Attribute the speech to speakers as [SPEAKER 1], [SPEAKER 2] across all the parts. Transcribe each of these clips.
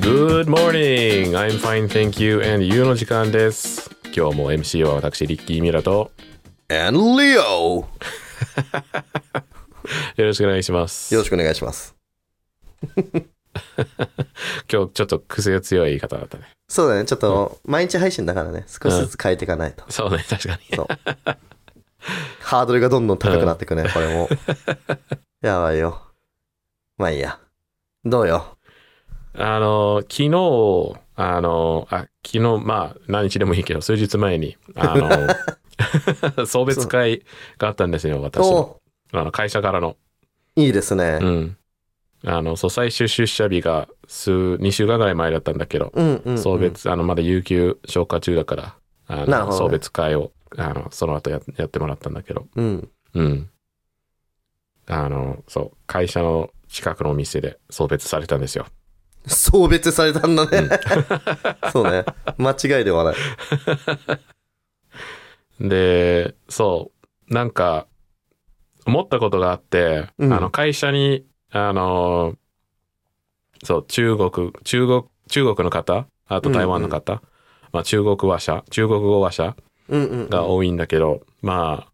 [SPEAKER 1] Good morning! I'm fine, thank you, and you の時間です。今日も MC は私、リッキー・ミラ と
[SPEAKER 2] and Leo!
[SPEAKER 1] よろしくお願いします。
[SPEAKER 2] よろしくお願いします。
[SPEAKER 1] 今日ちょっと癖が強い言い方だったね。
[SPEAKER 2] そうだね、ちょっと、毎日配信だからね、少しずつ変えていかないと。
[SPEAKER 1] そうね、確かに。
[SPEAKER 2] そう。ハードルがどんどん高くなってくね、これ も。やばいよ。まあいいや。どうよ。
[SPEAKER 1] あの、昨日、あの、あ、昨日、まあ、何日でもいいけど、数日前に、あ の、送別会があったんですよ、私の。
[SPEAKER 2] お
[SPEAKER 1] あの会社からの。
[SPEAKER 2] いいですね
[SPEAKER 1] う。ん。あの、そう、最終出社日が数、2週間ぐらい前だったんだけど、
[SPEAKER 2] うんうん、うん。
[SPEAKER 1] 送。別、あの、まだ有給消化中だから、あ
[SPEAKER 2] な
[SPEAKER 1] の、
[SPEAKER 2] るほどね
[SPEAKER 1] 送別会を、あの、その後ややってもらったんだけど、
[SPEAKER 2] うん。
[SPEAKER 1] うん。あの、そう、会社の近くのお店で送別されたんですよ。
[SPEAKER 2] 送別されたんだ ね。そうね。間違いではない。
[SPEAKER 1] で、そう、なんか、思ったことがあって、
[SPEAKER 2] うん
[SPEAKER 1] あの、会社に、あの、そう、中国、中国、中国の方、あと台湾の方、まあ、中国話者、中国語話者
[SPEAKER 2] うんうん。
[SPEAKER 1] が多いんだけど、ま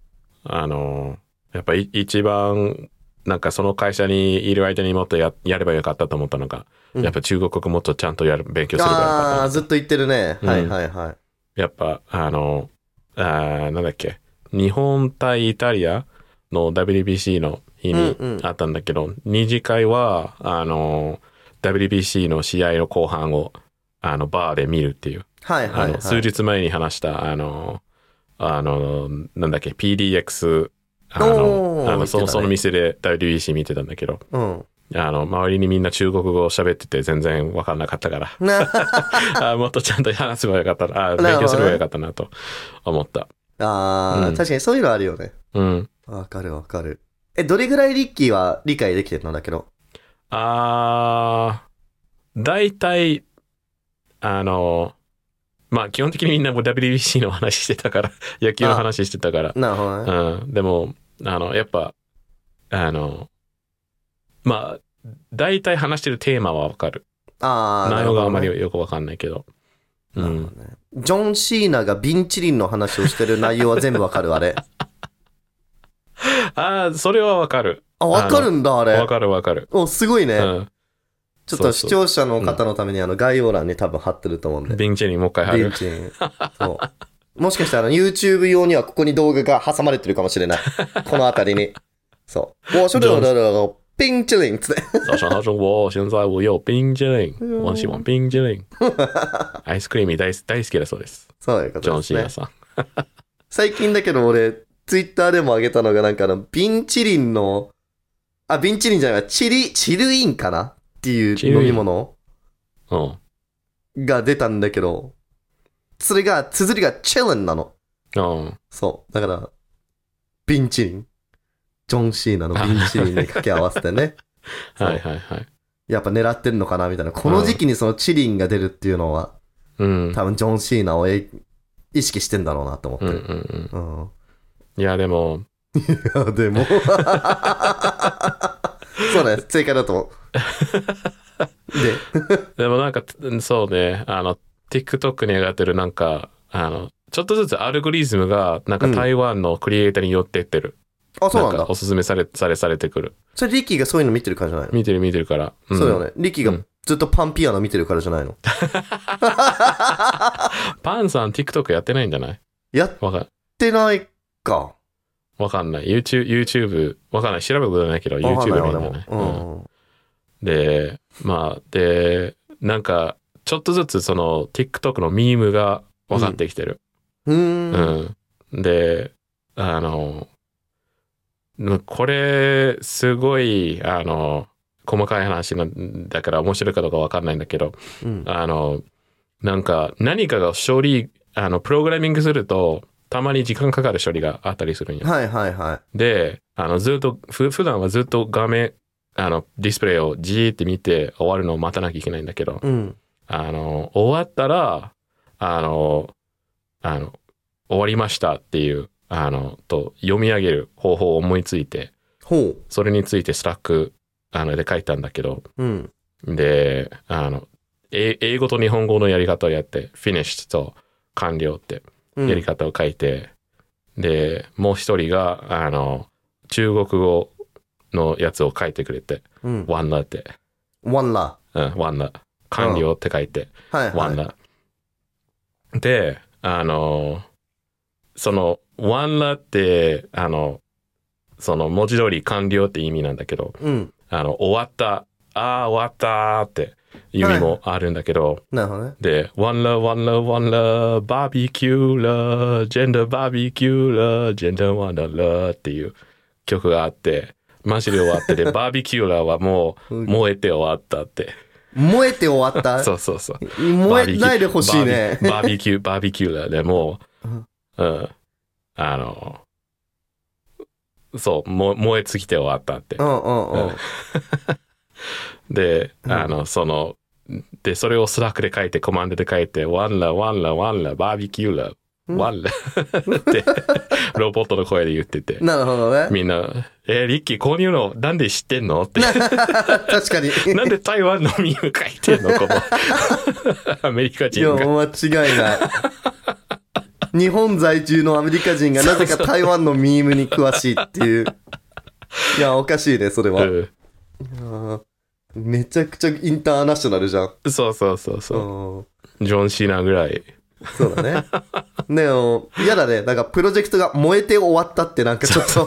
[SPEAKER 1] あ、あの、やっぱい一番、なんかその会社にいる間にもっとややればよかったと思ったのが、
[SPEAKER 2] うん
[SPEAKER 1] やっぱ中国語もっとちゃんとやる勉強すればよかった
[SPEAKER 2] あ
[SPEAKER 1] な
[SPEAKER 2] あー、ずっと言ってるね。
[SPEAKER 1] うん
[SPEAKER 2] はいはいはい。
[SPEAKER 1] やっぱ、あの、あーなんだっけ、日本対イタリアの WBC の日に
[SPEAKER 2] うんうん
[SPEAKER 1] あったんだけど、二次会は、あの、WBC の試合の後半を、あの、バーで見るっていう、
[SPEAKER 2] はい
[SPEAKER 1] あ
[SPEAKER 2] はい、は
[SPEAKER 1] の、
[SPEAKER 2] い。
[SPEAKER 1] 数日前に話した、あの、あの、なんだっけ、PDX、あ
[SPEAKER 2] お
[SPEAKER 1] の、
[SPEAKER 2] ー
[SPEAKER 1] あのそ
[SPEAKER 2] 言って
[SPEAKER 1] のそ
[SPEAKER 2] たね
[SPEAKER 1] の店で WBC 見てたんだけど、
[SPEAKER 2] うん。
[SPEAKER 1] あの、周りにみんな中国語を喋ってて全然わかんなかった から、
[SPEAKER 2] な
[SPEAKER 1] あーもっとちゃんと話せばよかったな。あー
[SPEAKER 2] な
[SPEAKER 1] 勉
[SPEAKER 2] るほど
[SPEAKER 1] 強
[SPEAKER 2] ね
[SPEAKER 1] すればよかったなと思った。
[SPEAKER 2] あー、
[SPEAKER 1] うん
[SPEAKER 2] 確かにそういうのあるよね。
[SPEAKER 1] うん。
[SPEAKER 2] わかるわかる。え、どれぐらいリッキーは理解できてるのだけど。
[SPEAKER 1] あー、大体、あの、まあ基本的にみんなもう WBC の話してたから、 野球の話してたから。
[SPEAKER 2] なるほどね。
[SPEAKER 1] うん。でも、あの、やっぱ、あの、まあ、大体話してるテーマはわかる。
[SPEAKER 2] ああ、
[SPEAKER 1] 内容があまり
[SPEAKER 2] なる
[SPEAKER 1] よくわかんないけど。
[SPEAKER 2] ほ
[SPEAKER 1] う
[SPEAKER 2] どね
[SPEAKER 1] ん。
[SPEAKER 2] なるほどねジョン・シーナがビンチリンの話をしてる内容は全部わかる、あれ。
[SPEAKER 1] ああ、それはわかる。
[SPEAKER 2] あ、わかるんだ、あ
[SPEAKER 1] わ
[SPEAKER 2] れ。
[SPEAKER 1] かるわかる。
[SPEAKER 2] お、すごいね。
[SPEAKER 1] うん。
[SPEAKER 2] ち
[SPEAKER 1] そ
[SPEAKER 2] ょっ
[SPEAKER 1] うそ
[SPEAKER 2] と視
[SPEAKER 1] う
[SPEAKER 2] 聴者の方のために、あの、概要欄に多分貼ってると思うんで。
[SPEAKER 1] ビンチェにもう一回貼
[SPEAKER 2] ビン
[SPEAKER 1] る。
[SPEAKER 2] チリ ン。そう。もしかしたら、あの YouTube 用にはここに動画が挟まれてるかもしれない。このあたりに。そう。お、それだだだだ、ピンチリンっつって。
[SPEAKER 1] 早上他中国，现在我有冰激凌
[SPEAKER 2] 哎呦，
[SPEAKER 1] 我喜欢冰激 凌。アイスクリーム大好大好きだそうです。
[SPEAKER 2] そういうこ
[SPEAKER 1] ジョ
[SPEAKER 2] と
[SPEAKER 1] ン
[SPEAKER 2] で
[SPEAKER 1] シ
[SPEAKER 2] す
[SPEAKER 1] ー
[SPEAKER 2] ね
[SPEAKER 1] ナ。さん。
[SPEAKER 2] 最近だけど俺、ツイッターでも上げたのがなんかあの、ビンチリンの、あ、ビンチリンじゃないわ、チリ、チルインかなっていう
[SPEAKER 1] チルイン
[SPEAKER 2] 飲み物
[SPEAKER 1] うん。
[SPEAKER 2] が出たんだけど、それが、綴りがチェリンなの。
[SPEAKER 1] うん。
[SPEAKER 2] そう。だから、ビンチリン。ジョン・シーナのビンチリンに掛け合わせ てね。そう
[SPEAKER 1] はいはいはい。
[SPEAKER 2] やっぱ狙ってんのかなみたいな。この時期にそのチリンが出るっていうのは、
[SPEAKER 1] うん。
[SPEAKER 2] 多分ジョン・シーナをえ意識してんだろうなと思って
[SPEAKER 1] うんうん
[SPEAKER 2] る。
[SPEAKER 1] うん。
[SPEAKER 2] うん。
[SPEAKER 1] いやでも、
[SPEAKER 2] いや、で も。そうね、正解 だと思う。で、
[SPEAKER 1] でもなんか、そうね、あの、TikTok に上がってるなんか、あの、ちょっとずつアルゴリズムが、なんか
[SPEAKER 2] うん
[SPEAKER 1] 台湾のクリエイターに寄ってってる。
[SPEAKER 2] あ、そうなん
[SPEAKER 1] か
[SPEAKER 2] だ
[SPEAKER 1] お。すすめされ、され、されてくる。
[SPEAKER 2] それリッキーがそういうの見てるからじゃないの、
[SPEAKER 1] 見てる見てるから。ん
[SPEAKER 2] そうだよね。リッキー
[SPEAKER 1] う
[SPEAKER 2] が
[SPEAKER 1] ん
[SPEAKER 2] ずっとパンピアノ見てるからじゃないの、
[SPEAKER 1] パンさん TikTok やってないんじゃない
[SPEAKER 2] やっ
[SPEAKER 1] わかん
[SPEAKER 2] てないか。
[SPEAKER 1] わかんない。YouTube、YouTube、わかんない。調べたことないけど、
[SPEAKER 2] わかん
[SPEAKER 1] YouTube 見
[SPEAKER 2] ないわ、
[SPEAKER 1] る
[SPEAKER 2] で
[SPEAKER 1] んじゃ
[SPEAKER 2] も
[SPEAKER 1] ない、。うん
[SPEAKER 2] うん。
[SPEAKER 1] で、まあ、で、なんか、ちょっとずつその TikTok のミームが分かってきてる。
[SPEAKER 2] う。
[SPEAKER 1] うんん。で、あの、まこれ、すごい、あの、細かい話なんだから面白いかどうか分かんないんだけど、
[SPEAKER 2] うん。
[SPEAKER 1] あの、なんか、何かが処理、あの、プログラミングすると、たまに時間かかる処理があったりするんよ。
[SPEAKER 2] はいはいは
[SPEAKER 1] で、あの、ずっと、ふ、普段はずっと画面、あの、ディスプレイをじーって見て終わるのを待たなきゃいけないんだけど、
[SPEAKER 2] い。うん。
[SPEAKER 1] あの、終わったら、あの、あの、終わりましたっていう、あの、と、読み上げる方法を思いついて、
[SPEAKER 2] ほう。
[SPEAKER 1] それについてスラック、あの、で書いたんだけど、
[SPEAKER 2] うん。
[SPEAKER 1] で、あの、え英語と日本語のやり方をやって、finished と完了って
[SPEAKER 2] うん
[SPEAKER 1] やり方を書いて、で、もう一人が、あの、中国語のやつを書いてくれて、
[SPEAKER 2] うん。
[SPEAKER 1] ワンナって、
[SPEAKER 2] ワンラ。
[SPEAKER 1] うん、ワンナ。完了って書いて、
[SPEAKER 2] はい、はい。
[SPEAKER 1] ワンラ。で、あの、その、ワンラって、あの、その文字通り完了って意味なんだけど、
[SPEAKER 2] うん。
[SPEAKER 1] あの、終わった、ああ、終わったーって意味もあるんだけど、
[SPEAKER 2] なるほどね。
[SPEAKER 1] で、one love, one love, one love, barbecue love, gender barbecue love, gender wonder love っていう曲があって、マジで終わってて、バーベキューラーはもう
[SPEAKER 2] うん
[SPEAKER 1] 燃えて終わったって。
[SPEAKER 2] 燃えて終わった
[SPEAKER 1] そうそうそう。
[SPEAKER 2] 燃えないでほしいね。
[SPEAKER 1] バーベキュー、バーベキューラーでもう
[SPEAKER 2] うん、
[SPEAKER 1] うん。あの、そう、も燃え尽きて終わったって
[SPEAKER 2] う。んうんうん。
[SPEAKER 1] で、
[SPEAKER 2] うん
[SPEAKER 1] あの、その、で、それをスラックで書いて、コマンドで書いて、ワンラ、ワンラ、ワンラ、バーベキューラ、
[SPEAKER 2] うん
[SPEAKER 1] ワンラって、ロボットの声で言ってて、
[SPEAKER 2] なるほどね。
[SPEAKER 1] みんな、え、リッキー、こういうの、なんで知ってんのって、
[SPEAKER 2] 確かに。
[SPEAKER 1] なんで台湾のミーム書いてんのこ の、アメリカ
[SPEAKER 2] い
[SPEAKER 1] 人
[SPEAKER 2] や、
[SPEAKER 1] が。
[SPEAKER 2] 間違 いない。日本在住のアメリカ人がなぜか台湾のミームに詳しいっていう。いや、おかしいね、それは。
[SPEAKER 1] う
[SPEAKER 2] うんめちゃくちゃインターナショナルじゃん。うん
[SPEAKER 1] んそうそうそうそ。
[SPEAKER 2] そう
[SPEAKER 1] ジョン・シーナぐらい。
[SPEAKER 2] うだね。でも、嫌だね。なんかプロジェクトが燃えて終わったってなんかちょっと。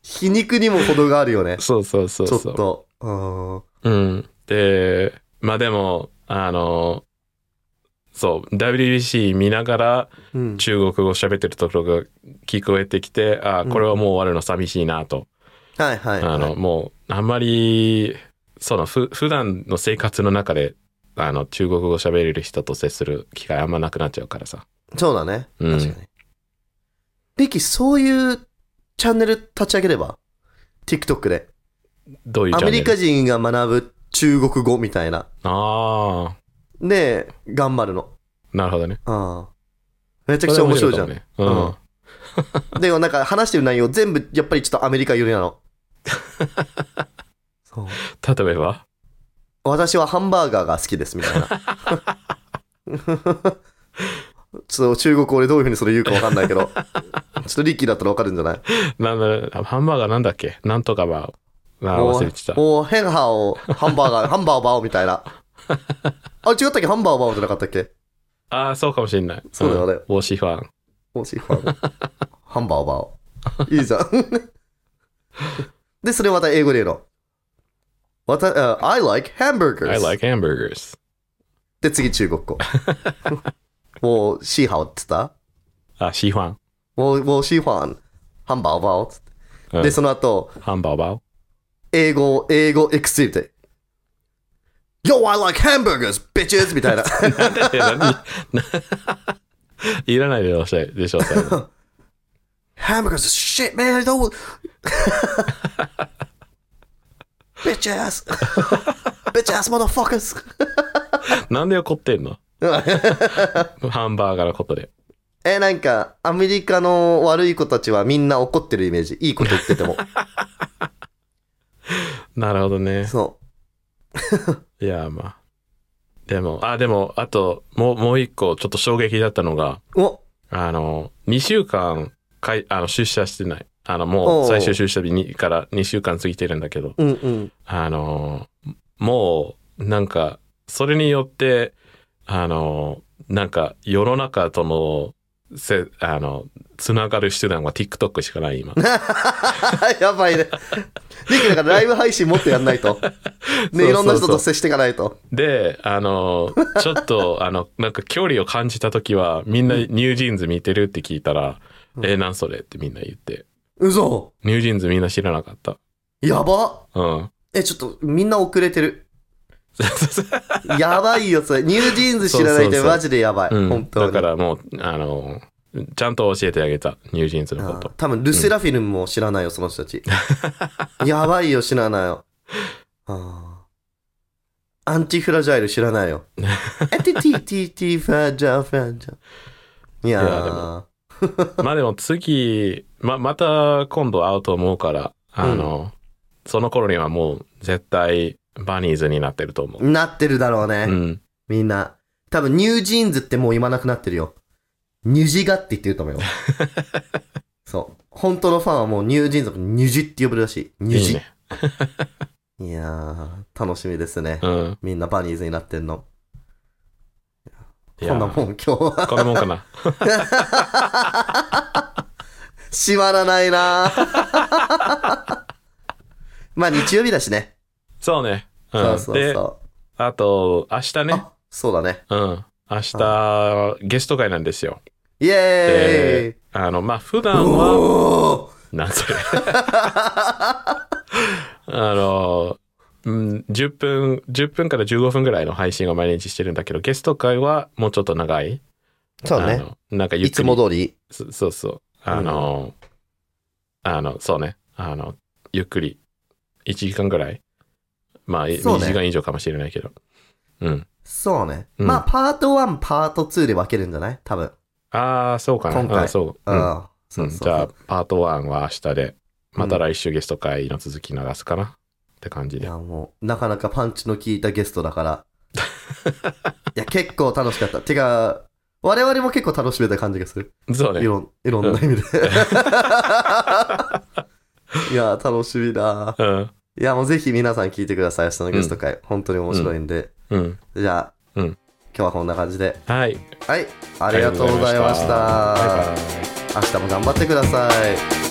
[SPEAKER 2] 皮肉にも程があるよね。
[SPEAKER 1] そうそうそう
[SPEAKER 2] ちょ
[SPEAKER 1] そ
[SPEAKER 2] っ
[SPEAKER 1] う。
[SPEAKER 2] と。うん
[SPEAKER 1] うん。で、まあでも、あの、そう、WBC 見ながら、
[SPEAKER 2] うん。
[SPEAKER 1] 中国語喋ってるところが聞こえてきて、ああ、これはもう終わるの寂しいなと。
[SPEAKER 2] はいはい。
[SPEAKER 1] あの、もう、あんまり、その、ふ、普段の生活の中で、あの、中国語喋れる人と接する機会あんまなくなっちゃうからさ。
[SPEAKER 2] そうだね。
[SPEAKER 1] うん
[SPEAKER 2] 確かに。リキ、そういうチャンネル立ち上げれば ?TikTok で。
[SPEAKER 1] どういう
[SPEAKER 2] ア
[SPEAKER 1] チャ
[SPEAKER 2] メ
[SPEAKER 1] ンネ
[SPEAKER 2] リ
[SPEAKER 1] ル
[SPEAKER 2] カ人が学ぶ中国語みたいな。
[SPEAKER 1] ああ、
[SPEAKER 2] で、頑張るの。
[SPEAKER 1] なるほどね。
[SPEAKER 2] ああめちゃくちゃ面白いじゃん。
[SPEAKER 1] これ面白いかもね。
[SPEAKER 2] でもなんか話してる内容全部やっぱりちょっとアメリカ寄り なの。そう
[SPEAKER 1] うん。例えば
[SPEAKER 2] 私はハンバーガーが好きですみた いな。 ちょっと中国語でどういうふうにそれ言うかわかんないけど。ちょっとリッキーだったらわかるんじゃない
[SPEAKER 1] なんだ、ハンバーガーなんだっけなんとかば、あー忘れてた。
[SPEAKER 2] おお、ヘンハオ、ハンバーガー、ハンバーバオみた いな。あ、違ったっけハンバーバオじゃなかったっけ
[SPEAKER 1] ああ、そうかもしれない。
[SPEAKER 2] そうだよね
[SPEAKER 1] んウォシファン。
[SPEAKER 2] もし、ハンバーバオ。いいじゃん。 で、それまた英語で言うの。わた、あ I like hamburgers.
[SPEAKER 1] I like hamburgers.
[SPEAKER 2] で、次中国語。 もう、シーハオって言った
[SPEAKER 1] あ、シーファン。
[SPEAKER 2] もう、もうシーファン、ハンバーバオっつって
[SPEAKER 1] うん
[SPEAKER 2] で、その後、
[SPEAKER 1] ハンバーバー。
[SPEAKER 2] 英語、英語エクスティブで。Yo, I like hamburgers, bitches! みたいな。
[SPEAKER 1] 何 ないらないでしょ、でしょ、それ
[SPEAKER 2] Hamburgers is shit, man. Don't. Bitch ass. Bitch ass motherfuckers.
[SPEAKER 1] なんで怒ってんのハンバーガーのことで。
[SPEAKER 2] え、なんか、アメリカの悪い子たちはみんな怒ってるイメージ。いいこと言って ても。
[SPEAKER 1] なるほどね。
[SPEAKER 2] そ
[SPEAKER 1] いや、まあ。でも、あ、でも、あと、もう、もう一個、ちょっと衝撃だったのが、
[SPEAKER 2] う。お、
[SPEAKER 1] あの、2週間、かい、あの、出社してない。あの、
[SPEAKER 2] お
[SPEAKER 1] も
[SPEAKER 2] う
[SPEAKER 1] う、最終出社日にから2週間過ぎてるんだけど、
[SPEAKER 2] うんうん。
[SPEAKER 1] あの、もう、なんか、それによって、あの、なんか、世の中との、せ、あの、つながる手段は TikTok しかない、 今。
[SPEAKER 2] やばいね。リキだからライブ配信もっとやんないと。
[SPEAKER 1] そう
[SPEAKER 2] ね、いろんな人と接していかないと。
[SPEAKER 1] で、あの、ちょっと、あの、なんか距離を感じたときは、みんなニュージーンズ見てるって聞いたら、
[SPEAKER 2] うん
[SPEAKER 1] え、なんそれってみんな言って。
[SPEAKER 2] 嘘
[SPEAKER 1] ニュージーンズみんな知らなかった。
[SPEAKER 2] やば
[SPEAKER 1] うん。
[SPEAKER 2] え、ちょっと、みんな遅れてる。やばいよ、それ。ニュージーンズ知らな
[SPEAKER 1] そうそ
[SPEAKER 2] い
[SPEAKER 1] う
[SPEAKER 2] で
[SPEAKER 1] そう
[SPEAKER 2] マジでやばい。
[SPEAKER 1] うん
[SPEAKER 2] 本当
[SPEAKER 1] だ
[SPEAKER 2] に。
[SPEAKER 1] からもう、あの、ちゃんと教えてあげた、ニュージーンズの
[SPEAKER 2] あ
[SPEAKER 1] こ
[SPEAKER 2] ー
[SPEAKER 1] と。
[SPEAKER 2] 多分ルセラフィルムも知らないよ、その人たち。 やばいよ、知らないよ。あーアンティフラジャイル知らな いよ。えティティティティフラジャーフラジャー。いや
[SPEAKER 1] いやで
[SPEAKER 2] ー。
[SPEAKER 1] まあでも次、ま、また今度会うと思うから、あの、その頃にはもう絶対バニーズになってると思う。
[SPEAKER 2] なってるだろうね。
[SPEAKER 1] うん。
[SPEAKER 2] みんな。多分、ニュージーンズってもう言わなくなってるよ。ニュジガって言ってる と思うよ。そう。本当のファンはもうニュージーンズのニュジって呼ぶらしい。ニュ
[SPEAKER 1] いい
[SPEAKER 2] ジ。い
[SPEAKER 1] ね。
[SPEAKER 2] やー、楽しみですね。
[SPEAKER 1] うん。
[SPEAKER 2] みんなバニーズになってんの。
[SPEAKER 1] い
[SPEAKER 2] こんなもん今日は
[SPEAKER 1] こんなもんか な。
[SPEAKER 2] 閉まらないな ーまあ日曜日だしね。
[SPEAKER 1] そうね。うん、
[SPEAKER 2] そうそう
[SPEAKER 1] で、
[SPEAKER 2] そ
[SPEAKER 1] あと、明日
[SPEAKER 2] う。
[SPEAKER 1] ね。
[SPEAKER 2] あ、そうだね。
[SPEAKER 1] うん。明日、ゲスト会なんですよ。
[SPEAKER 2] イ
[SPEAKER 1] で
[SPEAKER 2] エ
[SPEAKER 1] あの、まあ、普
[SPEAKER 2] ーイ
[SPEAKER 1] 段は、
[SPEAKER 2] おー
[SPEAKER 1] なんそれ。 あの、うん、10分、10分から15分ぐらいの配信を毎日してるんだけど、ゲスト会はもうちょっと長い。
[SPEAKER 2] そう
[SPEAKER 1] あ
[SPEAKER 2] ね。
[SPEAKER 1] のなんかゆっ
[SPEAKER 2] い
[SPEAKER 1] く
[SPEAKER 2] つ
[SPEAKER 1] り
[SPEAKER 2] も通り。
[SPEAKER 1] そそうそう。あの、あの、そうね。あの、ゆっくり。1時間ぐらい。まあ、
[SPEAKER 2] そう
[SPEAKER 1] 2時
[SPEAKER 2] ね
[SPEAKER 1] 間以上かもしれないけど。うん。
[SPEAKER 2] そうね。
[SPEAKER 1] うん
[SPEAKER 2] まあ、パート1、パート2で分けるんじゃない多分。
[SPEAKER 1] ああ、そうかな。
[SPEAKER 2] 今回
[SPEAKER 1] あそう。
[SPEAKER 2] う
[SPEAKER 1] うん
[SPEAKER 2] ん。
[SPEAKER 1] う
[SPEAKER 2] そ
[SPEAKER 1] ん
[SPEAKER 2] う
[SPEAKER 1] じ
[SPEAKER 2] そうそ
[SPEAKER 1] ゃあ
[SPEAKER 2] う。、
[SPEAKER 1] パート1は明日で、また
[SPEAKER 2] うん
[SPEAKER 1] 来週ゲスト会の続き流すかな、って感じ
[SPEAKER 2] い
[SPEAKER 1] で。
[SPEAKER 2] や、もう、なかなかパンチの効いたゲストだから。 いや、結構楽しかった。てか、我々も結構楽しめた感じがする。
[SPEAKER 1] そう
[SPEAKER 2] い
[SPEAKER 1] ね。
[SPEAKER 2] ろん、 いろんな意味で。いや、楽しみだ。
[SPEAKER 1] うん。
[SPEAKER 2] いや、もうぜひ皆さん聞いてください。明日のゲスト会。本当に面白いんで。
[SPEAKER 1] うん。
[SPEAKER 2] じゃあ、
[SPEAKER 1] うん
[SPEAKER 2] 今日はこんな感じで。
[SPEAKER 1] はい。
[SPEAKER 2] はい、ありがとうございました。
[SPEAKER 1] ありがとうございましたバイバイ
[SPEAKER 2] 明日も頑張ってください。